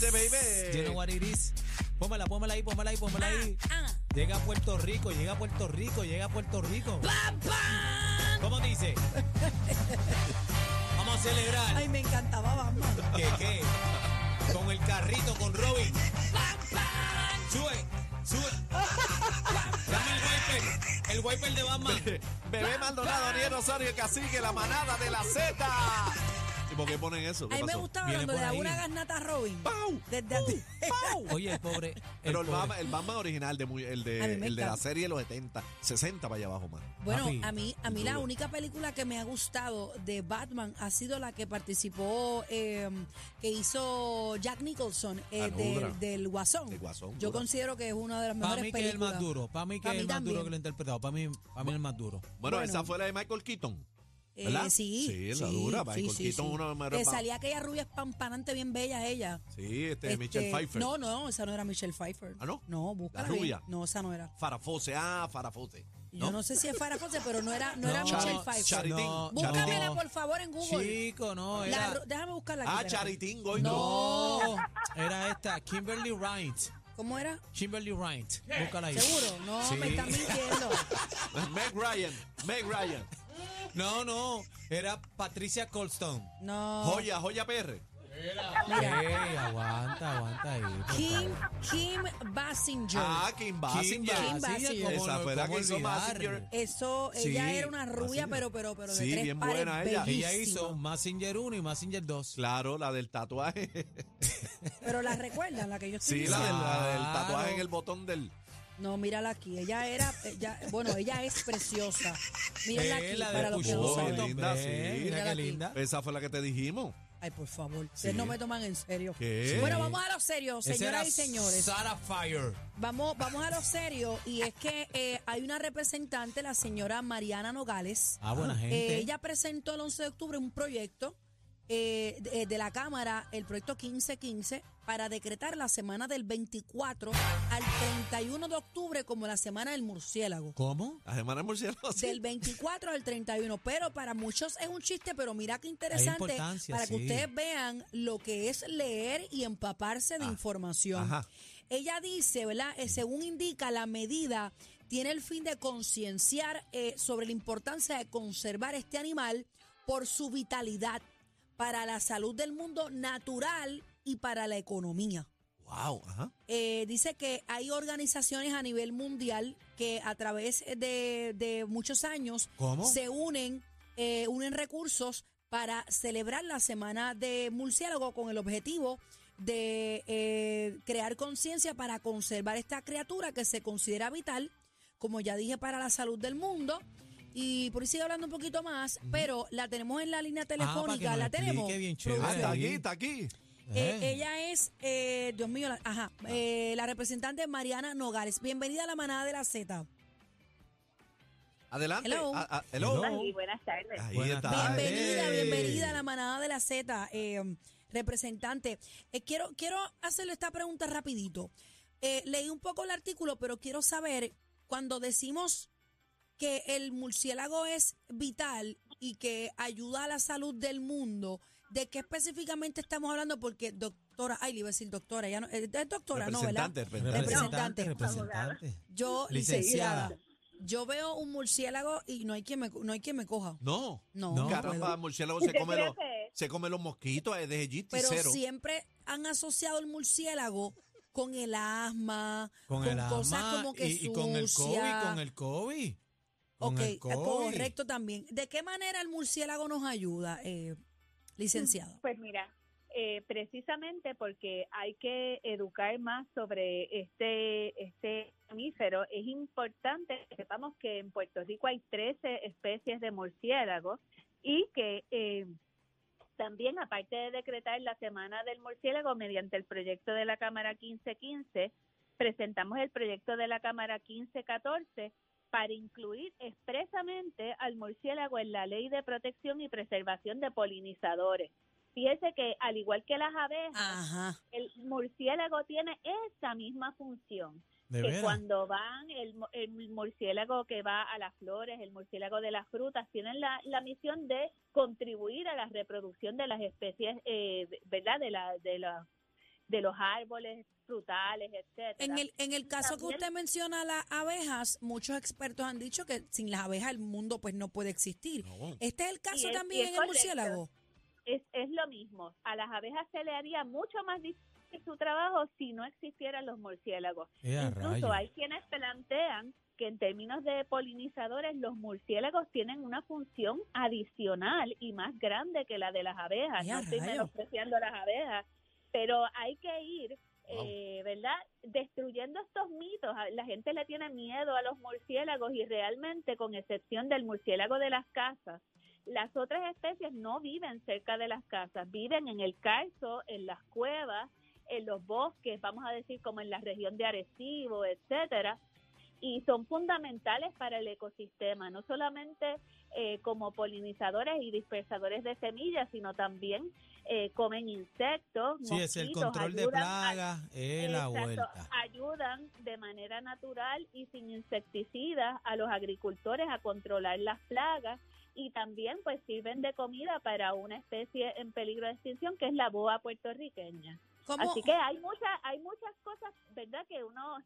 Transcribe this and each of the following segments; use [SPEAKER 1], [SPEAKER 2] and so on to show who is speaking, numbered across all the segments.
[SPEAKER 1] Caliente, Este, baby.
[SPEAKER 2] You know what it is. Pómela, pómela ahí, pómela ahí, pómela ahí.
[SPEAKER 3] Ah.
[SPEAKER 2] Llega a Puerto Rico, llega a Puerto Rico, llega a Puerto Rico.
[SPEAKER 3] ¡Pam, pam!
[SPEAKER 2] ¿Cómo dice? Vamos a celebrar.
[SPEAKER 3] Ay, me encantaba Batman.
[SPEAKER 2] ¿Qué, qué? Con el carrito, con Robin.
[SPEAKER 3] ¡Pam, pam!
[SPEAKER 2] Sube, sube. Dame el wiper, el wiper de Batman.
[SPEAKER 1] Bebé Maldonado, Ariel Rosario, el cacique, la manada de la Z. ¿Y por qué ponen eso?
[SPEAKER 3] A
[SPEAKER 1] ¿Qué
[SPEAKER 3] mí me
[SPEAKER 1] pasó?
[SPEAKER 3] gustaba
[SPEAKER 2] Viene por
[SPEAKER 3] cuando le daba
[SPEAKER 2] ahí.
[SPEAKER 3] una garnata a Robin.
[SPEAKER 1] ¡Pau!
[SPEAKER 3] Desde antes.
[SPEAKER 1] Uh,
[SPEAKER 3] Uh.
[SPEAKER 2] Oye, el pobre. el
[SPEAKER 1] Pero el
[SPEAKER 2] pobre.
[SPEAKER 1] Batman, el Batman original, de, muy- el, de,
[SPEAKER 3] A mí me
[SPEAKER 1] el de la
[SPEAKER 3] encanta.
[SPEAKER 1] serie de los 70, 60 para allá abajo más.
[SPEAKER 3] Bueno,
[SPEAKER 2] Papi,
[SPEAKER 3] a mí, a mí la
[SPEAKER 1] duro.
[SPEAKER 3] única película que me ha gustado de Batman ha sido la que participó, eh, que hizo Jack Nicholson eh,
[SPEAKER 1] Alondra.
[SPEAKER 3] del, del Guasón.
[SPEAKER 1] Del Guasón,
[SPEAKER 3] Yo
[SPEAKER 1] dura.
[SPEAKER 3] considero que es una de las
[SPEAKER 2] Para
[SPEAKER 3] mejores
[SPEAKER 2] mí que es el
[SPEAKER 3] películas.
[SPEAKER 2] más duro. Para mí que
[SPEAKER 3] Pa'
[SPEAKER 2] es el
[SPEAKER 3] mí
[SPEAKER 2] más duro
[SPEAKER 3] también.
[SPEAKER 2] que lo he interpretado. Para mí, para mí el más duro.
[SPEAKER 1] Bueno,
[SPEAKER 3] Bueno.
[SPEAKER 1] esa fue la de Michael Keaton.
[SPEAKER 3] Eh,
[SPEAKER 1] ¿Verdad?
[SPEAKER 3] sí,
[SPEAKER 1] Sí, la dura, para el cortito, uno de los mejores
[SPEAKER 3] Que
[SPEAKER 1] pa-
[SPEAKER 3] salía aquella rubia espampanante bien bella ella.
[SPEAKER 1] Sí, este,
[SPEAKER 3] Este,
[SPEAKER 1] Michelle Pfeiffer.
[SPEAKER 3] No, no, esa no era Michelle Pfeiffer.
[SPEAKER 1] ¿Ah, no?
[SPEAKER 3] No, búscala
[SPEAKER 1] La
[SPEAKER 3] bien.
[SPEAKER 1] rubia.
[SPEAKER 3] No, esa no era.
[SPEAKER 1] Farafose, ah, Farafose.
[SPEAKER 3] Yo no sé si es Farah Fawcett, pero no era, no era
[SPEAKER 1] Chari-
[SPEAKER 3] Michelle Pfeiffer.
[SPEAKER 1] Charitín.
[SPEAKER 2] No,
[SPEAKER 3] Búscamela,
[SPEAKER 2] no.
[SPEAKER 3] por favor, en Google.
[SPEAKER 2] Chico, no,
[SPEAKER 3] La
[SPEAKER 2] era.
[SPEAKER 3] ru- déjame buscarla aquí.
[SPEAKER 1] Ah,
[SPEAKER 3] espérate.
[SPEAKER 1] Charitín Goico.
[SPEAKER 2] No, era esta, Kimberly Wright.
[SPEAKER 3] ¿Cómo era?
[SPEAKER 2] Kimberly Wright. Búscala ahí.
[SPEAKER 3] ¿Seguro? No,
[SPEAKER 2] Sí.
[SPEAKER 3] me están mintiendo.
[SPEAKER 1] Meg Ryan, Meg Ryan.
[SPEAKER 2] No, no, era Patricia Colston.
[SPEAKER 3] No.
[SPEAKER 1] Joya, joya PR.
[SPEAKER 3] Mira,
[SPEAKER 2] Ey, aguanta, aguanta ahí. por
[SPEAKER 3] Kim,
[SPEAKER 2] favor.
[SPEAKER 3] Kim Basinger.
[SPEAKER 1] Ah, Kim
[SPEAKER 2] Kim
[SPEAKER 1] Basinger.
[SPEAKER 3] Kim Basinger.
[SPEAKER 2] ¿cómo
[SPEAKER 1] Esa
[SPEAKER 2] no-
[SPEAKER 1] fue la
[SPEAKER 2] cómo
[SPEAKER 1] que hizo
[SPEAKER 2] olvidar?
[SPEAKER 1] Basinger.
[SPEAKER 3] Eso,
[SPEAKER 2] Sí,
[SPEAKER 3] ella era una rubia,
[SPEAKER 1] Basinger.
[SPEAKER 3] pero, pero, pero de
[SPEAKER 1] Sí,
[SPEAKER 3] tres
[SPEAKER 1] bien
[SPEAKER 3] pares,
[SPEAKER 1] buena ella.
[SPEAKER 2] Ella
[SPEAKER 3] bellísima.
[SPEAKER 2] hizo Massinger 1 y Massinger 2.
[SPEAKER 1] Claro, la del tatuaje.
[SPEAKER 3] Pero la recuerdan, la que yo estoy
[SPEAKER 1] Sí, la
[SPEAKER 3] diciendo.
[SPEAKER 1] del, la del
[SPEAKER 2] Claro.
[SPEAKER 1] tatuaje en el botón del.
[SPEAKER 3] No, mírala aquí. Ella era, ella- bueno, ella es preciosa. Mírenla aquí
[SPEAKER 2] la
[SPEAKER 3] para los que no
[SPEAKER 1] Pujols,
[SPEAKER 2] Pujols,
[SPEAKER 3] saben.
[SPEAKER 1] Elena. linda,
[SPEAKER 2] hombre,
[SPEAKER 1] sí.
[SPEAKER 2] Mira
[SPEAKER 3] Mírala
[SPEAKER 2] qué
[SPEAKER 3] aquí.
[SPEAKER 2] linda.
[SPEAKER 1] Esa fue la que te dijimos.
[SPEAKER 3] Ay, por favor, ustedes no me toman en serio.
[SPEAKER 1] ¿Qué?
[SPEAKER 3] Bueno, vamos a lo serio,
[SPEAKER 2] Esa era
[SPEAKER 3] señoras y señores.
[SPEAKER 2] Sarah Fire.
[SPEAKER 3] Vamos, vamos a lo serio, y es que eh, hay una representante, la señora Mariana Nogales.
[SPEAKER 2] Ah, buena gente.
[SPEAKER 3] Eh, ella presentó el 11 de octubre un proyecto eh, de, de la Cámara, el proyecto 1515, para decretar la semana del 24 al 31 de octubre como la semana del murciélago.
[SPEAKER 2] ¿Cómo?
[SPEAKER 1] La semana murciélago. sí.
[SPEAKER 3] Del 24 al 31, pero para muchos es un chiste, pero mira qué interesante
[SPEAKER 2] importancia,
[SPEAKER 3] para que
[SPEAKER 2] sí.
[SPEAKER 3] ustedes vean lo que es leer y empaparse de información.
[SPEAKER 1] Ajá.
[SPEAKER 3] Ella dice, ¿verdad? Eh, según indica, la medida tiene el fin de concienciar eh, sobre la importancia de conservar este animal por su vitalidad para la salud del mundo natural y para la economía.
[SPEAKER 1] Wow, ajá.
[SPEAKER 3] Eh, dice que hay organizaciones a nivel mundial que a través de, de muchos años
[SPEAKER 2] ¿Cómo?
[SPEAKER 3] se unen, eh, unen recursos para celebrar la semana de murciélago con el objetivo de eh, crear conciencia para conservar esta criatura que se considera vital, como ya dije, para la salud del mundo. Y por ahí sigue hablando un poquito más, pero la tenemos en la línea telefónica,
[SPEAKER 2] Ah, nos
[SPEAKER 3] la
[SPEAKER 2] explique
[SPEAKER 3] tenemos.
[SPEAKER 2] bien chévere.
[SPEAKER 1] Ah,
[SPEAKER 3] producción.
[SPEAKER 1] está
[SPEAKER 2] ahí.
[SPEAKER 1] aquí, está aquí.
[SPEAKER 3] Eh,
[SPEAKER 2] Eh. Ah.
[SPEAKER 3] ella es, eh, Dios mío, la, ajá, eh, la representante Mariana Nogales. Bienvenida a la manada de la Z.
[SPEAKER 1] Adelante.
[SPEAKER 3] Hello.
[SPEAKER 1] Ah, ah, hello.
[SPEAKER 2] Hello.
[SPEAKER 4] Sí, buenas tardes.
[SPEAKER 1] Ahí
[SPEAKER 2] Buenas
[SPEAKER 1] está.
[SPEAKER 2] tardes.
[SPEAKER 3] Bienvenida,
[SPEAKER 2] Ay.
[SPEAKER 3] bienvenida a la manada de la Z, eh, representante. Eh, quiero, quiero hacerle esta pregunta rapidito. Eh, leí un poco el artículo, pero quiero saber, cuando decimos que el murciélago es vital y que ayuda a la salud del mundo, ¿de qué específicamente estamos hablando? Porque doctora, ay, le iba a decir doctora, ya no, eh, es doctora, ¿no, verdad?
[SPEAKER 1] Representante, representante.
[SPEAKER 2] Representante,
[SPEAKER 3] Representante.
[SPEAKER 2] representante.
[SPEAKER 3] Yo,
[SPEAKER 2] Licenciada.
[SPEAKER 3] licenciada, yo veo un murciélago y no hay quien me, no hay quien me coja.
[SPEAKER 1] No.
[SPEAKER 3] No,
[SPEAKER 2] No.
[SPEAKER 3] no
[SPEAKER 1] Caramba, el
[SPEAKER 3] puedo.
[SPEAKER 1] murciélago
[SPEAKER 4] ¿Usted
[SPEAKER 1] se come,
[SPEAKER 4] cree
[SPEAKER 1] los,
[SPEAKER 4] que es?
[SPEAKER 1] se come los mosquitos, es de y
[SPEAKER 3] Pero
[SPEAKER 1] cero.
[SPEAKER 3] siempre han asociado el murciélago con el asma, con, cosas
[SPEAKER 2] asma
[SPEAKER 3] como que
[SPEAKER 2] y, y con el COVID,
[SPEAKER 3] sucia.
[SPEAKER 2] con el COVID. Con
[SPEAKER 3] Ok, eh,
[SPEAKER 2] el COVID.
[SPEAKER 3] correcto también. ¿De qué manera el murciélago nos ayuda, eh, licenciado?
[SPEAKER 4] Pues mira, eh, precisamente porque hay que educar más sobre este este mamífero, es importante que sepamos que en Puerto Rico hay 13 especies de murciélagos y que eh, también, aparte de decretar la Semana del Murciélago mediante el proyecto de la Cámara 1515, presentamos el proyecto de la Cámara 1514 para incluir expresamente al murciélago en la Ley de Protección y Preservación de Polinizadores. Fíjese que, al igual que las abejas,
[SPEAKER 3] Ajá.
[SPEAKER 4] el murciélago tiene esa misma función
[SPEAKER 2] De
[SPEAKER 4] que
[SPEAKER 2] veras.
[SPEAKER 4] cuando van el, mu- el murciélago que va a las flores, el murciélago de las frutas, tienen la, la misión de contribuir a la reproducción de las especies, eh, ¿verdad? De, la, de, la- de los árboles frutales, etcétera.
[SPEAKER 3] En el, en el caso que
[SPEAKER 4] También-
[SPEAKER 3] usted menciona las abejas, muchos expertos han dicho que sin las abejas el mundo pues no puede existir.
[SPEAKER 1] No.
[SPEAKER 3] Este es el
[SPEAKER 4] Y
[SPEAKER 3] caso
[SPEAKER 4] es- y
[SPEAKER 3] también
[SPEAKER 4] es
[SPEAKER 3] en el
[SPEAKER 4] correcto.
[SPEAKER 3] murciélago.
[SPEAKER 4] es, es lo mismo. A las abejas se le haría mucho más difícil su trabajo si no existieran los murciélagos.
[SPEAKER 2] Eh, a
[SPEAKER 4] Incluso
[SPEAKER 2] rayos.
[SPEAKER 4] hay quienes plantean que en términos de polinizadores los murciélagos tienen una función adicional y más grande que la de las abejas.
[SPEAKER 3] ¡Eh, a
[SPEAKER 4] No estoy
[SPEAKER 3] rayos!
[SPEAKER 4] menospreciando las abejas, pero hay que ir,
[SPEAKER 1] Wow.
[SPEAKER 4] eh, ¿verdad? Destruyendo estos mitos. A- La gente le tiene miedo a los murciélagos y realmente, con excepción del murciélago de las casas, las otras especies no viven cerca de las casas, viven en el calzo, en las cuevas, en los bosques, vamos a decir como en la región de Arecibo, etcétera, y son fundamentales para el ecosistema, no solamente eh, como polinizadores y dispersadores de semillas, sino también eh, comen insectos,
[SPEAKER 2] Sí, es el
[SPEAKER 4] mosquitos,
[SPEAKER 2] control de
[SPEAKER 4] ayudan a-
[SPEAKER 2] plagas, es la
[SPEAKER 4] Exacto,
[SPEAKER 2] vuelta.
[SPEAKER 4] Ayudan de manera natural y sin insecticidas a los agricultores a controlar las plagas y también pues sirven de comida para una especie en peligro de extinción que es la boa puertorriqueña.
[SPEAKER 3] ¿Cómo-
[SPEAKER 4] Así que hay muchas hay muchas cosas, ¿verdad? Que uno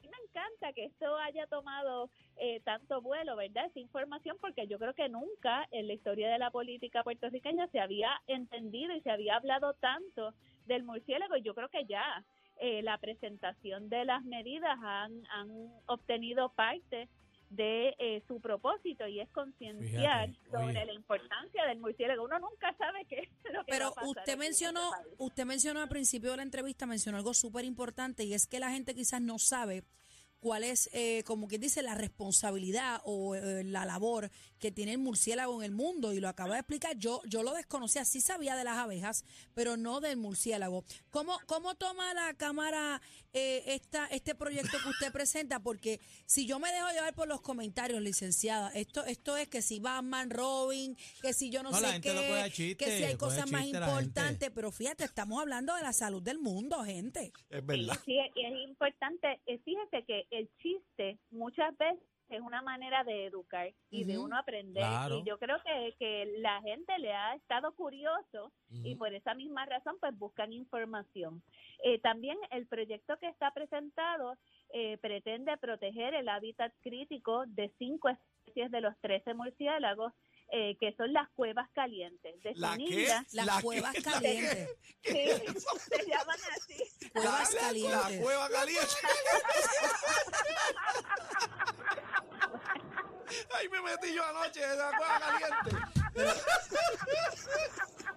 [SPEAKER 4] sí me encanta que esto haya tomado eh, tanto vuelo, ¿verdad? Esa información porque yo creo que nunca en la historia de la política puertorriqueña se había entendido y se había hablado tanto del murciélago y yo creo que ya eh, la presentación de las medidas han, han obtenido parte de eh, su propósito y es concienciar
[SPEAKER 2] Fíjate,
[SPEAKER 4] sobre
[SPEAKER 2] oye.
[SPEAKER 4] la importancia del murciélago. Uno nunca sabe qué es lo que va a
[SPEAKER 3] Pero
[SPEAKER 4] pasar aquí
[SPEAKER 3] usted
[SPEAKER 4] en
[SPEAKER 3] mencionó,
[SPEAKER 4] este país.
[SPEAKER 3] usted mencionó al principio de la entrevista, mencionó algo súper importante y es que la gente quizás no sabe cuál es, eh, como quien dice, la responsabilidad o eh, la labor que tiene el murciélago en el mundo y lo acaba de explicar. Yo, yo lo desconocía, sí sabía de las abejas, pero no del murciélago. ¿Cómo, cómo toma la cámara eh, esta, este proyecto que usted presenta? Porque si yo me dejo llevar por los comentarios, licenciada, esto, esto es que si Batman, Robin, que si yo no,
[SPEAKER 2] No,
[SPEAKER 3] sé
[SPEAKER 2] la gente
[SPEAKER 3] qué,
[SPEAKER 2] lo coge a chiste,
[SPEAKER 3] que si hay
[SPEAKER 2] lo coge a
[SPEAKER 3] cosas más
[SPEAKER 2] chiste la gente.
[SPEAKER 3] importantes, pero fíjate, estamos hablando de la salud del mundo, gente.
[SPEAKER 1] Es verdad.
[SPEAKER 4] Sí, y es importante, eh, fíjese que el chiste muchas veces es una manera de educar y de
[SPEAKER 3] Ujú.
[SPEAKER 4] uno aprender.
[SPEAKER 2] Claro.
[SPEAKER 4] Y yo creo que, que la gente le ha estado curioso y por esa misma razón pues buscan información. Eh, también el proyecto que está presentado eh, pretende proteger el hábitat crítico de cinco especies de los 13 murciélagos, eh, que son las cuevas calientes. De
[SPEAKER 1] ¿La qué?
[SPEAKER 4] Sonida.
[SPEAKER 3] Las
[SPEAKER 1] La que-
[SPEAKER 3] cuevas
[SPEAKER 1] la que-
[SPEAKER 3] calientes,
[SPEAKER 4] Sí, se llaman así.
[SPEAKER 3] cuevas
[SPEAKER 1] la,
[SPEAKER 3] calientes.
[SPEAKER 1] La cueva caliente. Ahí me metí yo anoche en la cueva caliente.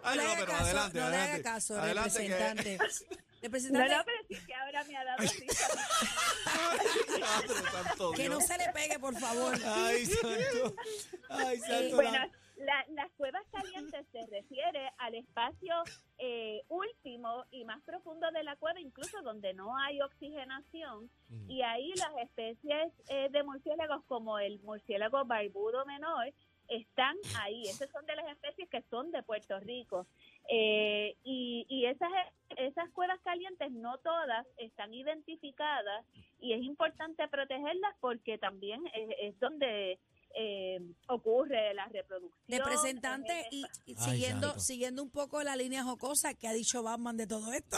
[SPEAKER 1] Ay,
[SPEAKER 3] no le
[SPEAKER 1] no,
[SPEAKER 3] haga
[SPEAKER 1] pero
[SPEAKER 3] caso,
[SPEAKER 1] adelante,
[SPEAKER 3] no le haga
[SPEAKER 1] adelante.
[SPEAKER 3] caso,
[SPEAKER 1] Adelante, que-
[SPEAKER 3] representante.
[SPEAKER 4] No,
[SPEAKER 3] Representante,
[SPEAKER 4] no, pero sí que ahora me ha dado así.
[SPEAKER 1] Padre santo
[SPEAKER 3] que no
[SPEAKER 1] Dios.
[SPEAKER 3] se le pegue, por favor.
[SPEAKER 2] Ay, santo. Ay,
[SPEAKER 4] Eh,
[SPEAKER 2] santo.
[SPEAKER 4] bueno,
[SPEAKER 2] la-
[SPEAKER 4] la- las cuevas calientes se refiere al espacio eh, último y más profundo de la cueva, incluso donde no hay oxigenación. Y ahí las especies eh, de murciélagos, como el murciélago barbudo menor, están ahí. Esas son de las especies que son de Puerto Rico. Eh, y y esas, esas cuevas calientes, no todas están identificadas y es importante protegerlas porque también es, es donde eh, ocurre la reproducción. Eh,
[SPEAKER 3] Representante,
[SPEAKER 4] es-
[SPEAKER 3] y, y
[SPEAKER 2] Ay,
[SPEAKER 3] siguiendo,
[SPEAKER 2] santo.
[SPEAKER 3] siguiendo un poco la línea jocosa que ha dicho Batman de todo esto.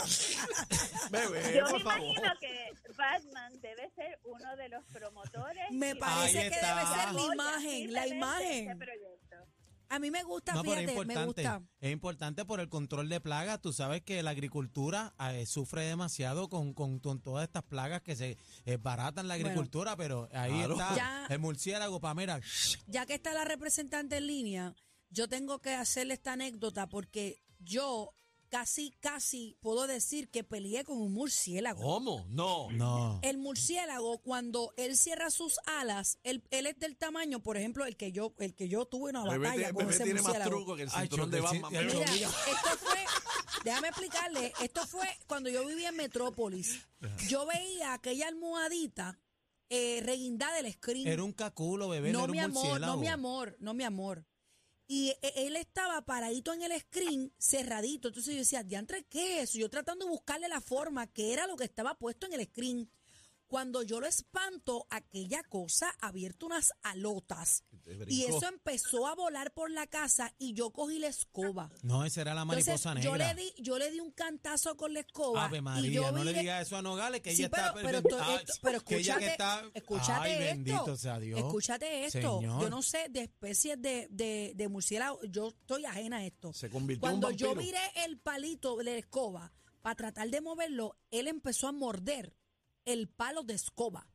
[SPEAKER 1] Bebé,
[SPEAKER 4] Yo me
[SPEAKER 1] por favor.
[SPEAKER 4] imagino que Batman debe ser uno de los promotores.
[SPEAKER 3] Me
[SPEAKER 4] y
[SPEAKER 3] parece
[SPEAKER 2] Ahí
[SPEAKER 3] que
[SPEAKER 2] está.
[SPEAKER 3] debe ser la
[SPEAKER 4] apoya
[SPEAKER 3] imagen, la
[SPEAKER 4] firmemente este
[SPEAKER 3] imagen.
[SPEAKER 4] proyecto.
[SPEAKER 3] A mí me gusta,
[SPEAKER 2] No, pero es
[SPEAKER 3] fíjate, me
[SPEAKER 2] importante.
[SPEAKER 3] gusta.
[SPEAKER 2] Es importante por el control de plagas. Tú sabes que la agricultura eh, sufre demasiado con, con, con todas estas plagas que se eh, baratan la
[SPEAKER 3] Bueno.
[SPEAKER 2] agricultura, pero ahí
[SPEAKER 1] Claro.
[SPEAKER 2] está
[SPEAKER 3] Ya.
[SPEAKER 2] el murciélago, Pamela.
[SPEAKER 3] Ya que está la representante en línea, yo tengo que hacerle esta anécdota porque yo casi, casi puedo decir que peleé con un murciélago.
[SPEAKER 1] ¿Cómo? No.
[SPEAKER 2] No.
[SPEAKER 3] El murciélago, cuando él cierra sus alas, él, él es del tamaño, por ejemplo, el que yo, el que yo tuve una
[SPEAKER 1] Bebé,
[SPEAKER 3] batalla
[SPEAKER 1] tiene-
[SPEAKER 3] con
[SPEAKER 1] bebé
[SPEAKER 3] ese
[SPEAKER 1] tiene más
[SPEAKER 3] murciélago.
[SPEAKER 1] truco que el
[SPEAKER 2] Ay,
[SPEAKER 1] cinturón
[SPEAKER 2] yo-
[SPEAKER 1] de
[SPEAKER 2] sí,
[SPEAKER 1] Batman.
[SPEAKER 2] yo-
[SPEAKER 1] bebé.
[SPEAKER 3] Mira, esto fue, déjame explicarle, esto fue cuando yo vivía en Metrópolis. Yo veía aquella almohadita eh, reguindada del screen.
[SPEAKER 2] Era un caculo, bebé, no, era
[SPEAKER 3] no, mi
[SPEAKER 2] un
[SPEAKER 3] amor,
[SPEAKER 2] murciélago.
[SPEAKER 3] no, mi amor, no, mi amor. Y e- él estaba paradito en el screen, cerradito. Entonces yo decía, diantre, ¿qué es eso? Yo tratando de buscarle la forma, que era lo que estaba puesto en el screen. Cuando yo lo espanto, aquella cosa ha abierto unas alotas.
[SPEAKER 1] Te brincó.
[SPEAKER 3] Y eso empezó a volar por la casa y yo cogí la escoba.
[SPEAKER 2] No, esa era la
[SPEAKER 3] Entonces,
[SPEAKER 2] mariposa
[SPEAKER 3] yo
[SPEAKER 2] negra.
[SPEAKER 3] le di, yo le di un cantazo con la escoba.
[SPEAKER 2] Ave
[SPEAKER 3] y yo
[SPEAKER 2] María, no le
[SPEAKER 3] vire-
[SPEAKER 2] digas eso a Nogales, que
[SPEAKER 3] Sí,
[SPEAKER 2] ella está
[SPEAKER 3] pero- pero
[SPEAKER 2] perfecta.
[SPEAKER 3] esto-
[SPEAKER 2] Ay,
[SPEAKER 3] esto- pero
[SPEAKER 2] que ella que
[SPEAKER 3] escúchate-
[SPEAKER 2] está-
[SPEAKER 3] escúchate
[SPEAKER 2] Ay,
[SPEAKER 3] esto.
[SPEAKER 2] bendito sea Dios.
[SPEAKER 3] Escúchate esto.
[SPEAKER 2] Señor.
[SPEAKER 3] Yo no sé de especies de, de, de murciélago. Yo estoy ajena a esto.
[SPEAKER 1] Se convirtió
[SPEAKER 3] Cuando
[SPEAKER 1] en un
[SPEAKER 3] yo
[SPEAKER 1] vampiro.
[SPEAKER 3] miré el palito de la escoba para tratar de moverlo, él empezó a morder el palo de escoba.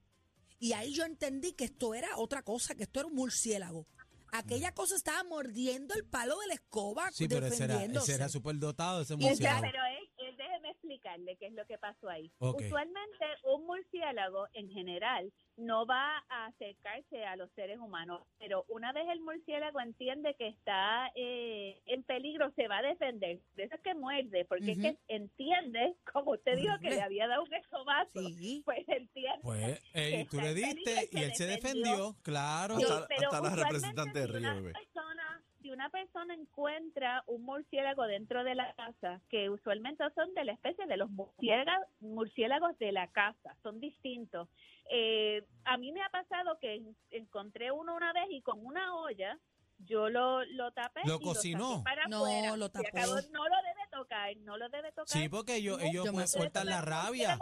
[SPEAKER 3] Y ahí yo entendí que esto era otra cosa, que esto era un murciélago. Aquella cosa estaba mordiendo el palo de la escoba,
[SPEAKER 2] Mm. Sí, pero ese era,
[SPEAKER 3] defendiéndose.
[SPEAKER 2] ese era súper dotado, ese
[SPEAKER 3] ya,
[SPEAKER 4] Ya,
[SPEAKER 2] murciélago.
[SPEAKER 4] pero es- es- déjeme explicarle qué es lo que pasó ahí.
[SPEAKER 2] Ok.
[SPEAKER 4] Usualmente un murciélago en general no va a acercarse a los seres humanos, pero una vez el murciélago entiende que está eh, en peligro, se va a defender. De eso es que muerde, porque es
[SPEAKER 3] Ujú.
[SPEAKER 4] que entiende, como usted dijo, que
[SPEAKER 3] Horrible.
[SPEAKER 4] le había dado un escobazo,
[SPEAKER 3] Sí.
[SPEAKER 4] pues entiende.
[SPEAKER 2] Pues, ey, tú
[SPEAKER 4] Está
[SPEAKER 2] le
[SPEAKER 4] en
[SPEAKER 2] diste
[SPEAKER 4] peligro
[SPEAKER 2] y él se defendió, claro.
[SPEAKER 1] Hasta-
[SPEAKER 4] Sí,
[SPEAKER 1] hasta
[SPEAKER 4] pero
[SPEAKER 1] la
[SPEAKER 4] usualmente
[SPEAKER 1] representante de
[SPEAKER 4] si
[SPEAKER 1] Río,
[SPEAKER 4] una
[SPEAKER 1] bebé.
[SPEAKER 4] persona- Si una persona encuentra un murciélago dentro de la casa, que usualmente son de la especie de los murciélagos, murciélagos de la casa, son distintos. Eh, a mí me ha pasado que en- encontré uno una vez y con una olla yo lo, lo tapé.
[SPEAKER 2] ¿Lo
[SPEAKER 4] y
[SPEAKER 2] cocinó?
[SPEAKER 4] saqué para
[SPEAKER 3] No,
[SPEAKER 4] afuera.
[SPEAKER 3] lo
[SPEAKER 4] Y
[SPEAKER 3] tapó.
[SPEAKER 4] acabó- no lo debe tocar, no lo debe tocar.
[SPEAKER 2] Sí, porque ellos,
[SPEAKER 4] No,
[SPEAKER 2] ellos
[SPEAKER 3] yo me
[SPEAKER 2] pues,
[SPEAKER 3] acuerdo.
[SPEAKER 2] sueltan la
[SPEAKER 4] Porque
[SPEAKER 2] rabia.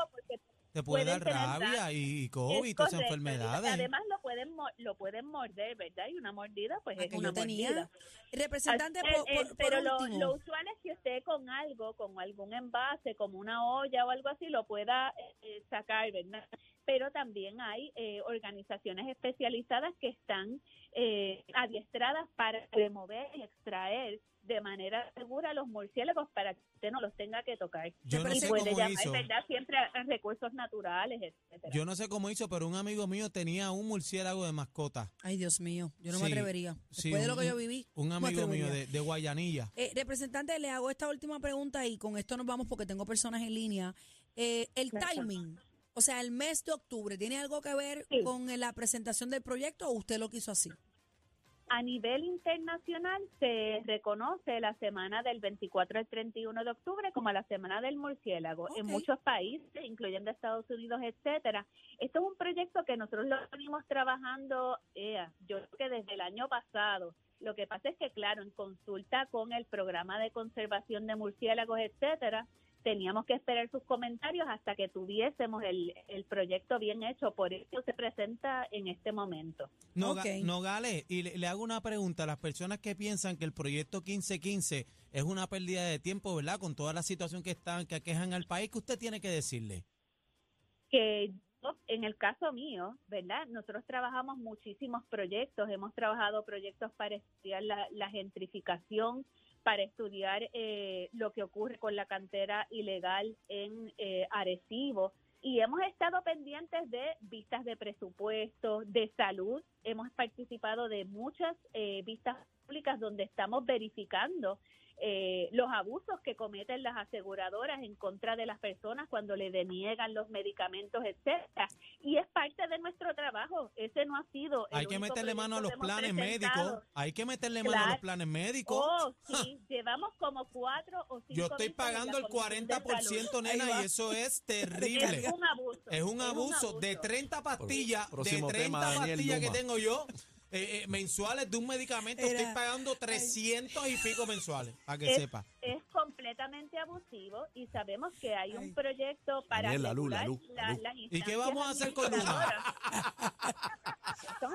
[SPEAKER 2] Te puede
[SPEAKER 4] pueden
[SPEAKER 2] dar
[SPEAKER 4] tener
[SPEAKER 2] rabia y, y COVID,
[SPEAKER 4] Es
[SPEAKER 2] y todas esas
[SPEAKER 4] correcto, y
[SPEAKER 2] enfermedades.
[SPEAKER 4] Además lo pueden mo- lo pueden morder, ¿verdad? Y una mordida pues
[SPEAKER 3] Ah,
[SPEAKER 4] es
[SPEAKER 3] que
[SPEAKER 4] una
[SPEAKER 3] yo tenía.
[SPEAKER 4] mordida.
[SPEAKER 3] Representante,
[SPEAKER 4] Así-
[SPEAKER 3] por,
[SPEAKER 4] eh, eh,
[SPEAKER 3] por- por
[SPEAKER 4] pero lo-
[SPEAKER 3] último.
[SPEAKER 4] Lo, usual es que usted con algo, con algún envase, como una olla o algo así, lo pueda eh, sacar, ¿verdad? Pero también hay eh, organizaciones especializadas que están eh, adiestradas para remover y extraer de manera segura los murciélagos para que usted no los tenga que tocar.
[SPEAKER 2] Yo no
[SPEAKER 4] y
[SPEAKER 2] sé
[SPEAKER 4] puede
[SPEAKER 2] cómo
[SPEAKER 4] llamar,
[SPEAKER 2] hizo.
[SPEAKER 4] ¿verdad? Siempre a a recursos naturales, etcétera.
[SPEAKER 2] Yo no sé cómo hizo, pero un amigo mío tenía un murciélago de mascota.
[SPEAKER 3] Ay, Dios mío, yo no me
[SPEAKER 2] Sí,
[SPEAKER 3] atrevería. Después
[SPEAKER 2] sí,
[SPEAKER 3] de lo
[SPEAKER 2] un-
[SPEAKER 3] que yo viví.
[SPEAKER 2] Un
[SPEAKER 3] no me
[SPEAKER 2] amigo mío
[SPEAKER 3] atrevería.
[SPEAKER 2] de, de Guayanilla.
[SPEAKER 3] Eh, representante, le hago esta última pregunta y con esto nos vamos porque tengo personas en línea. Eh, el
[SPEAKER 4] Gracias.
[SPEAKER 3] timing, o sea, el mes de octubre, ¿tiene algo que ver
[SPEAKER 4] Sí.
[SPEAKER 3] con eh, la presentación del proyecto o usted lo quiso así?
[SPEAKER 4] A nivel internacional se reconoce la semana del 24 al 31 de octubre como la semana del murciélago en
[SPEAKER 3] Ok.
[SPEAKER 4] muchos países, incluyendo Estados Unidos, etcétera. Esto es un proyecto que nosotros lo venimos trabajando, eh, yo creo que desde el año pasado. Lo que pasa es que, claro, en consulta con el programa de conservación de murciélagos, etcétera, teníamos que esperar sus comentarios hasta que tuviésemos el, el proyecto bien hecho. Por eso se presenta en este momento.
[SPEAKER 2] Noga-
[SPEAKER 3] Ok.
[SPEAKER 2] Nogales, y le, le hago una pregunta. Las personas que piensan que el proyecto 1515 es una pérdida de tiempo, ¿verdad? Con toda la situación que están, que aquejan al país, ¿qué usted tiene que decirle?
[SPEAKER 4] que yo, en el caso mío, ¿verdad? Nosotros trabajamos muchísimos proyectos, hemos trabajado proyectos para estudiar la, la gentrificación, para estudiar eh, lo que ocurre con la cantera ilegal en eh, Arecibo. Y hemos estado pendientes de vistas de presupuesto, de salud. Hemos participado de muchas eh, vistas públicas donde estamos verificando eh, los abusos que cometen las aseguradoras en contra de las personas cuando le deniegan los medicamentos, etcétera. Y es parte de nuestro trabajo. Ese no ha sido. el
[SPEAKER 2] Hay que
[SPEAKER 4] único
[SPEAKER 2] meterle mano a los
[SPEAKER 4] proyecto que hemos
[SPEAKER 2] planes
[SPEAKER 4] presentado.
[SPEAKER 2] médicos. Hay que meterle mano a los
[SPEAKER 4] Claro.
[SPEAKER 2] planes médicos.
[SPEAKER 4] Oh, sí, llevamos como cuatro o cinco.
[SPEAKER 2] Yo estoy
[SPEAKER 4] vistas en
[SPEAKER 2] pagando
[SPEAKER 4] la
[SPEAKER 2] el
[SPEAKER 4] Comisión de
[SPEAKER 2] 40%,
[SPEAKER 3] Ahí
[SPEAKER 2] nena,
[SPEAKER 3] va.
[SPEAKER 2] y eso es
[SPEAKER 4] Salud.
[SPEAKER 2] terrible.
[SPEAKER 4] Es un abuso.
[SPEAKER 2] Es un abuso de 30 pastillas, de
[SPEAKER 1] Próximo
[SPEAKER 2] 30
[SPEAKER 1] tema, Daniel
[SPEAKER 2] pastillas que
[SPEAKER 1] Luma.
[SPEAKER 2] tengo yo eh, eh, mensuales de un medicamento.
[SPEAKER 3] Era-
[SPEAKER 2] Estoy pagando 300 y pico mensuales, para que
[SPEAKER 4] Es-
[SPEAKER 2] sepa.
[SPEAKER 4] Es completamente abusivo y sabemos que hay
[SPEAKER 3] Ay.
[SPEAKER 4] un proyecto para
[SPEAKER 1] Daniel, la luz, la
[SPEAKER 4] regular
[SPEAKER 1] luz, la
[SPEAKER 4] la-
[SPEAKER 1] luz.
[SPEAKER 4] las
[SPEAKER 2] ¿Y qué vamos a hacer
[SPEAKER 4] instancias
[SPEAKER 2] con Luma?
[SPEAKER 4] administradoras.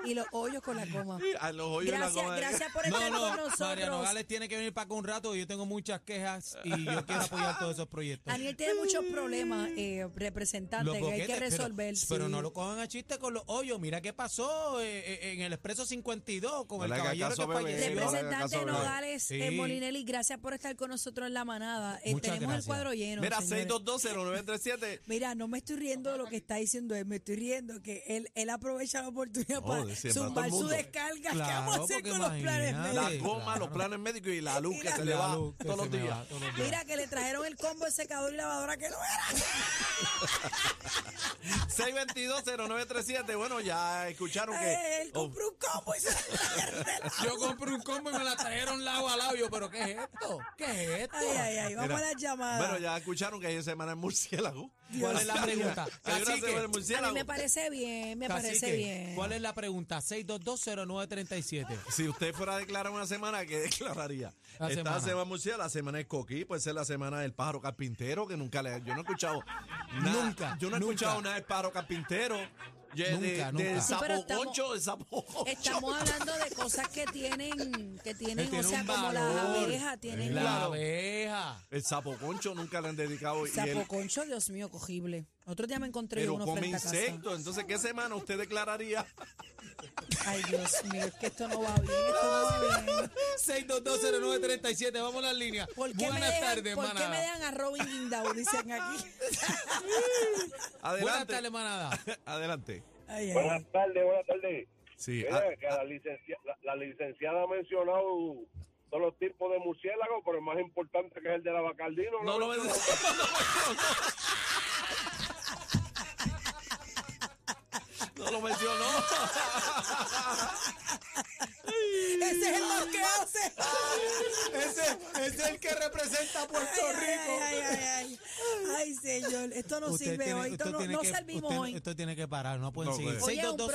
[SPEAKER 3] Y los hoyos con la coma.
[SPEAKER 1] A los hoyos en la
[SPEAKER 3] Gracias,
[SPEAKER 1] coma de-
[SPEAKER 3] gracias por
[SPEAKER 2] No,
[SPEAKER 3] estar con
[SPEAKER 2] no, Mariano
[SPEAKER 3] nosotros.
[SPEAKER 2] Gales tiene que venir para acá un rato. Yo tengo muchas quejas y yo quiero apoyar todos esos proyectos.
[SPEAKER 3] Daniel tiene muchos
[SPEAKER 1] Mm.
[SPEAKER 3] problemas, eh, representante,
[SPEAKER 2] Los
[SPEAKER 3] que hay que
[SPEAKER 2] boquetes, pero-
[SPEAKER 3] resolver.
[SPEAKER 2] Pero,
[SPEAKER 3] sí.
[SPEAKER 2] no lo cojan a chiste con los hoyos. Mira qué pasó eh, eh, en el Expreso 52 con
[SPEAKER 1] No
[SPEAKER 2] el
[SPEAKER 1] le haga
[SPEAKER 2] caballero
[SPEAKER 1] caso,
[SPEAKER 2] que
[SPEAKER 1] bebé.
[SPEAKER 2] falleció.
[SPEAKER 1] no le haga
[SPEAKER 3] Representante
[SPEAKER 1] caso, bebé.
[SPEAKER 3] Nogales
[SPEAKER 2] Sí.
[SPEAKER 3] eh, Molinelli, gracias por estar con nosotros en la manada. Eh,
[SPEAKER 2] Muchas
[SPEAKER 3] tenemos
[SPEAKER 2] gracias.
[SPEAKER 3] el cuadro lleno.
[SPEAKER 1] Mira,
[SPEAKER 3] señores.
[SPEAKER 1] 6220937.
[SPEAKER 3] Mira, no me estoy riendo de lo que está diciendo él, me estoy riendo que él, él aprovecha la oportunidad
[SPEAKER 1] No,
[SPEAKER 3] para
[SPEAKER 1] de siempre, a todo
[SPEAKER 3] zumbar
[SPEAKER 1] el
[SPEAKER 3] su
[SPEAKER 1] mundo.
[SPEAKER 3] descarga. ¿Qué
[SPEAKER 2] Claro,
[SPEAKER 3] vamos a hacer
[SPEAKER 2] porque
[SPEAKER 3] con los planes
[SPEAKER 2] imagínate.
[SPEAKER 3] médicos?
[SPEAKER 1] La
[SPEAKER 2] Sí,
[SPEAKER 1] goma,
[SPEAKER 2] claro.
[SPEAKER 1] los planes médicos y la luz que se
[SPEAKER 2] La
[SPEAKER 1] le va
[SPEAKER 2] luz que
[SPEAKER 1] todos
[SPEAKER 2] se
[SPEAKER 1] los
[SPEAKER 2] me
[SPEAKER 1] días.
[SPEAKER 2] va todos los días.
[SPEAKER 3] Mira que le trajeron el combo de secador y lavadora que no era.
[SPEAKER 1] 6220937. Bueno, ya escucharon
[SPEAKER 3] Eh,
[SPEAKER 1] que Oh,
[SPEAKER 3] Él compró un combo y se
[SPEAKER 2] Yo compré un combo y me la trajeron lado a labio, pero ¿qué es esto? ¿Qué es esto?
[SPEAKER 3] Ay, ay, ay, vamos
[SPEAKER 1] Mira,
[SPEAKER 3] a las llamadas.
[SPEAKER 1] Bueno, ya escucharon que hay semana en murciélago.
[SPEAKER 2] ¿Cuál es la pregunta?
[SPEAKER 1] Hay una
[SPEAKER 2] Cacique,
[SPEAKER 1] cebra de
[SPEAKER 3] A mí
[SPEAKER 1] murciélago.
[SPEAKER 3] me parece bien, me parece
[SPEAKER 2] Cacique,
[SPEAKER 3] bien.
[SPEAKER 2] ¿Cuál es la pregunta? 6220937.
[SPEAKER 1] Si usted fuera a declarar una semana, ¿qué declararía?
[SPEAKER 2] La
[SPEAKER 1] Esta
[SPEAKER 2] semana.
[SPEAKER 1] semana, murciélago, la semana es coquí, puede ser la semana del pájaro carpintero, que nunca le. Yo no he escuchado. Nada,
[SPEAKER 2] Nunca,
[SPEAKER 1] Yo no he
[SPEAKER 2] nunca.
[SPEAKER 1] escuchado nada del pájaro carpintero. y de-
[SPEAKER 2] Nunca,
[SPEAKER 1] de-
[SPEAKER 2] nunca.
[SPEAKER 1] Del
[SPEAKER 2] Sí,
[SPEAKER 1] sapo
[SPEAKER 3] pero estamos-
[SPEAKER 1] concho, del sapo concho.
[SPEAKER 3] Estamos hablando de cosas que tienen, que tienen,
[SPEAKER 2] Este Tiene
[SPEAKER 3] o sea,
[SPEAKER 2] un
[SPEAKER 3] como las
[SPEAKER 2] valor.
[SPEAKER 3] abejas, tienen
[SPEAKER 2] La
[SPEAKER 1] Claro.
[SPEAKER 2] abeja.
[SPEAKER 1] El sapo concho nunca le han dedicado. y él-
[SPEAKER 3] Sapoconcho, Dios mío, cogible. Otro día me encontré yo
[SPEAKER 1] pero
[SPEAKER 3] uno
[SPEAKER 1] come
[SPEAKER 3] frente a
[SPEAKER 1] insectos. Entonces, ¿qué semana usted declararía?
[SPEAKER 3] casa. Ay, Dios mío, es que esto no va bien, esto no va bien.
[SPEAKER 2] 6220937, vamos a las líneas.
[SPEAKER 3] ¿Por qué, me
[SPEAKER 2] Buenas
[SPEAKER 3] dejan,
[SPEAKER 2] tardes,
[SPEAKER 3] ¿por qué
[SPEAKER 2] manada.
[SPEAKER 3] me dejan a Robin Guindau? Dicen aquí.
[SPEAKER 2] Buenas
[SPEAKER 1] Adelante.
[SPEAKER 2] tardes, manada.
[SPEAKER 1] Adelante.
[SPEAKER 3] Ay, ay,
[SPEAKER 5] Buenas
[SPEAKER 3] ay.
[SPEAKER 5] tardes, buenas tardes.
[SPEAKER 1] Sí.
[SPEAKER 5] Mira,
[SPEAKER 1] ah,
[SPEAKER 5] que la, licencia- la- la licenciada ha mencionado todos los tipos de murciélagos, pero el más importante que es el de la Bacardino.
[SPEAKER 1] no lo
[SPEAKER 5] mencionó.
[SPEAKER 1] No lo mencionó.
[SPEAKER 3] Ese es el más que hace.
[SPEAKER 2] Ese es el que representa a
[SPEAKER 3] Ay, Ay, ay, ay, ay. Ay, señor, esto no
[SPEAKER 2] Usted
[SPEAKER 3] sirve
[SPEAKER 2] tiene-
[SPEAKER 3] hoy. Esto
[SPEAKER 2] usted
[SPEAKER 3] no,
[SPEAKER 2] tiene
[SPEAKER 3] no
[SPEAKER 2] que-
[SPEAKER 3] servimos
[SPEAKER 2] usted-
[SPEAKER 3] hoy.
[SPEAKER 2] Usted tiene que parar, no pueden
[SPEAKER 1] No,
[SPEAKER 2] seguir.
[SPEAKER 1] pues.
[SPEAKER 3] Oye, un proyecto lindo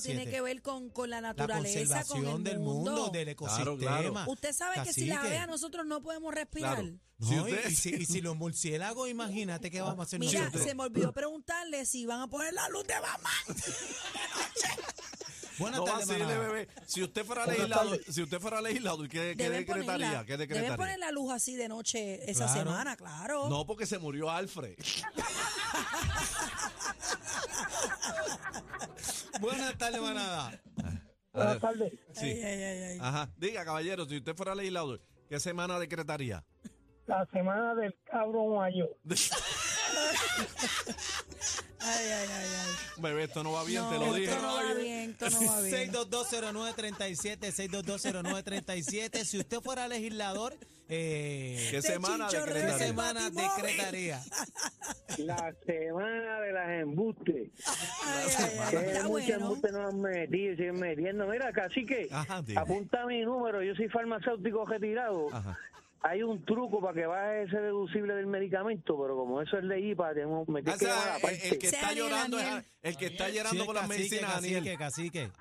[SPEAKER 3] tiene que
[SPEAKER 2] 6220937.
[SPEAKER 3] ver con, con la
[SPEAKER 2] La
[SPEAKER 3] naturaleza,
[SPEAKER 2] conservación
[SPEAKER 3] con el
[SPEAKER 2] del mundo,
[SPEAKER 3] mundo.
[SPEAKER 2] del ecosistema.
[SPEAKER 1] Claro, claro.
[SPEAKER 3] Usted sabe que si la
[SPEAKER 2] Cacique.
[SPEAKER 3] vea nosotros no podemos respirar.
[SPEAKER 1] Claro.
[SPEAKER 2] No,
[SPEAKER 1] Si
[SPEAKER 2] y-
[SPEAKER 1] usted-
[SPEAKER 2] y, si, y si los murciélagos, imagínate qué vamos a hacer
[SPEAKER 3] Mira,
[SPEAKER 2] nosotros.
[SPEAKER 3] se me olvidó preguntarle si van a poner la luz de mamá.
[SPEAKER 2] Buenas
[SPEAKER 1] No
[SPEAKER 2] tardes,
[SPEAKER 1] vacile,
[SPEAKER 2] manada.
[SPEAKER 1] bebé. Si usted fuera legislador, si usted fuera legislador, ¿qué, qué
[SPEAKER 3] Deben
[SPEAKER 1] decretaría?
[SPEAKER 3] ponerla.
[SPEAKER 1] ¿Qué
[SPEAKER 3] Deben poner
[SPEAKER 1] decretaría?
[SPEAKER 3] la luz así de noche esa
[SPEAKER 2] Claro.
[SPEAKER 3] semana, claro.
[SPEAKER 1] No, porque se murió Alfred.
[SPEAKER 2] Buenas tardes, manada.
[SPEAKER 1] Buenas
[SPEAKER 5] tardes.
[SPEAKER 1] Sí.
[SPEAKER 2] Eh,
[SPEAKER 3] Ay, ay, ay, ay.
[SPEAKER 1] Ajá. Diga, caballero, si usted fuera legislador, ¿qué semana decretaría?
[SPEAKER 5] La semana del cabro mayor.
[SPEAKER 3] Ay, ay, ay, ay.
[SPEAKER 1] Bebé, esto no va bien,
[SPEAKER 3] No,
[SPEAKER 1] te lo
[SPEAKER 3] esto
[SPEAKER 1] dije.
[SPEAKER 3] no va bien, esto no va bien.
[SPEAKER 2] 6220937, 6220937. Si usted fuera legislador, eh,
[SPEAKER 1] ¿Qué
[SPEAKER 3] Te
[SPEAKER 1] semana
[SPEAKER 3] chinchorreo
[SPEAKER 2] ¿qué
[SPEAKER 3] es el
[SPEAKER 1] decretaría?
[SPEAKER 2] semana
[SPEAKER 3] Batimóvil.
[SPEAKER 2] decretaría?
[SPEAKER 5] La semana de las embustes.
[SPEAKER 3] Ay, ay, ay, Está Ah, bueno.
[SPEAKER 5] nos han metido, siguen metiendo. Mira, cacique,
[SPEAKER 1] Ajá, diga.
[SPEAKER 5] apunta mi número. Yo soy farmacéutico retirado.
[SPEAKER 1] Ajá.
[SPEAKER 5] Hay un truco para que baje ese deducible del medicamento, pero como eso es ley IPA, tenemos me
[SPEAKER 1] Ah,
[SPEAKER 5] tiene
[SPEAKER 1] o
[SPEAKER 5] que
[SPEAKER 1] sea,
[SPEAKER 5] llevar a la
[SPEAKER 1] el, el
[SPEAKER 5] parte.
[SPEAKER 1] que
[SPEAKER 3] Sea
[SPEAKER 1] está
[SPEAKER 3] Daniel,
[SPEAKER 1] llorando es-
[SPEAKER 3] Daniel.
[SPEAKER 1] el que está llorando
[SPEAKER 2] Sí,
[SPEAKER 1] con las
[SPEAKER 2] cacique,
[SPEAKER 1] medicinas,
[SPEAKER 2] cacique,
[SPEAKER 1] Daniel. Ah,
[SPEAKER 2] cacique.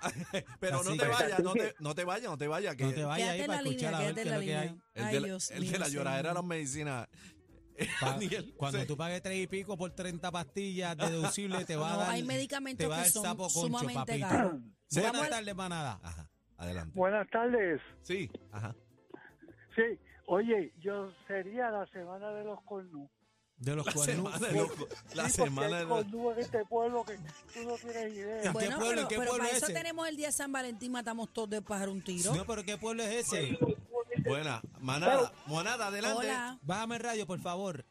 [SPEAKER 1] Pero no
[SPEAKER 2] Cacique.
[SPEAKER 1] te vayas, no te, no te vayas, no te vayas. Que
[SPEAKER 2] No te vayas
[SPEAKER 3] Quédate
[SPEAKER 2] ahí
[SPEAKER 3] en
[SPEAKER 2] para
[SPEAKER 3] la línea,
[SPEAKER 2] escuchar a ver
[SPEAKER 3] quédate
[SPEAKER 2] qué
[SPEAKER 3] en
[SPEAKER 2] es
[SPEAKER 3] la
[SPEAKER 2] lo que
[SPEAKER 3] línea.
[SPEAKER 2] hay.
[SPEAKER 1] El
[SPEAKER 3] Ay,
[SPEAKER 1] de la,
[SPEAKER 3] Dios
[SPEAKER 1] el de
[SPEAKER 3] mío,
[SPEAKER 1] la lloradera de
[SPEAKER 3] señor.
[SPEAKER 1] las medicinas.
[SPEAKER 2] Pa-
[SPEAKER 1] Daniel,
[SPEAKER 2] cuando
[SPEAKER 1] sí.
[SPEAKER 2] tú pagues tres y pico por 30 pastillas deducible, te va a
[SPEAKER 3] No,
[SPEAKER 2] dar.
[SPEAKER 3] hay
[SPEAKER 2] te
[SPEAKER 3] medicamentos
[SPEAKER 2] va a
[SPEAKER 3] que
[SPEAKER 2] dar
[SPEAKER 3] son
[SPEAKER 2] sapo concho,
[SPEAKER 3] sumamente
[SPEAKER 2] papito.
[SPEAKER 3] caros.
[SPEAKER 2] Buenas tardes, manada.
[SPEAKER 1] Ajá, adelante.
[SPEAKER 5] Buenas tardes.
[SPEAKER 1] Sí, ajá.
[SPEAKER 5] Sí, oye,
[SPEAKER 1] eh,
[SPEAKER 5] yo sería la semana de los cornú.
[SPEAKER 2] De los
[SPEAKER 1] La
[SPEAKER 2] cuernos.
[SPEAKER 1] semana de los- la
[SPEAKER 5] Sí, porque
[SPEAKER 1] semana de
[SPEAKER 5] hay
[SPEAKER 1] los-
[SPEAKER 5] cornú en este pueblo que tú no tienes idea.
[SPEAKER 3] Bueno,
[SPEAKER 2] pueblo,
[SPEAKER 3] pero,
[SPEAKER 2] en qué
[SPEAKER 3] pero
[SPEAKER 2] pueblo
[SPEAKER 3] para
[SPEAKER 2] es
[SPEAKER 3] eso
[SPEAKER 2] ese?
[SPEAKER 3] tenemos el día de San Valentín, matamos todos de pájaro un tiro.
[SPEAKER 2] No, pero ¿qué pueblo es ese?
[SPEAKER 1] Buena, manada, manada, adelante.
[SPEAKER 3] Hola.
[SPEAKER 2] Bájame el radio, por favor.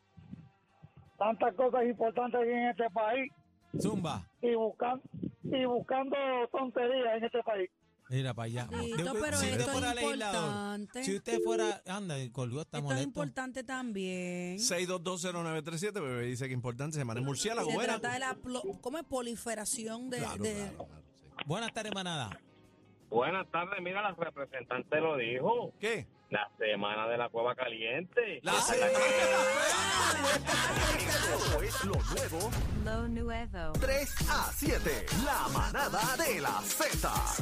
[SPEAKER 5] Tantas cosas importantes hay en este país
[SPEAKER 2] Zumba.
[SPEAKER 5] y buscando, y buscando tonterías en este país.
[SPEAKER 2] Mira para allá.
[SPEAKER 3] Tito, pero
[SPEAKER 2] si usted
[SPEAKER 3] esto es
[SPEAKER 2] fuera legislador,
[SPEAKER 3] importante.
[SPEAKER 2] si usted fuera, anda, el colgó está
[SPEAKER 3] Esto es
[SPEAKER 2] molesto.
[SPEAKER 3] importante también.
[SPEAKER 1] 6220937, bebé dice que importante, semana en murciélago,
[SPEAKER 3] Se
[SPEAKER 1] buena.
[SPEAKER 3] trata de la plo- ¿cómo es? proliferación de,
[SPEAKER 1] Claro,
[SPEAKER 3] de-
[SPEAKER 1] claro, claro, sí.
[SPEAKER 2] Buenas tardes, manada.
[SPEAKER 6] Buenas tardes, mira, la representante lo dijo,
[SPEAKER 1] ¿Qué?
[SPEAKER 6] la semana de la cueva caliente.
[SPEAKER 1] La semana.
[SPEAKER 7] es lo nuevo
[SPEAKER 8] Lo Nuevo.
[SPEAKER 7] 3 a 7. La manada de la Z.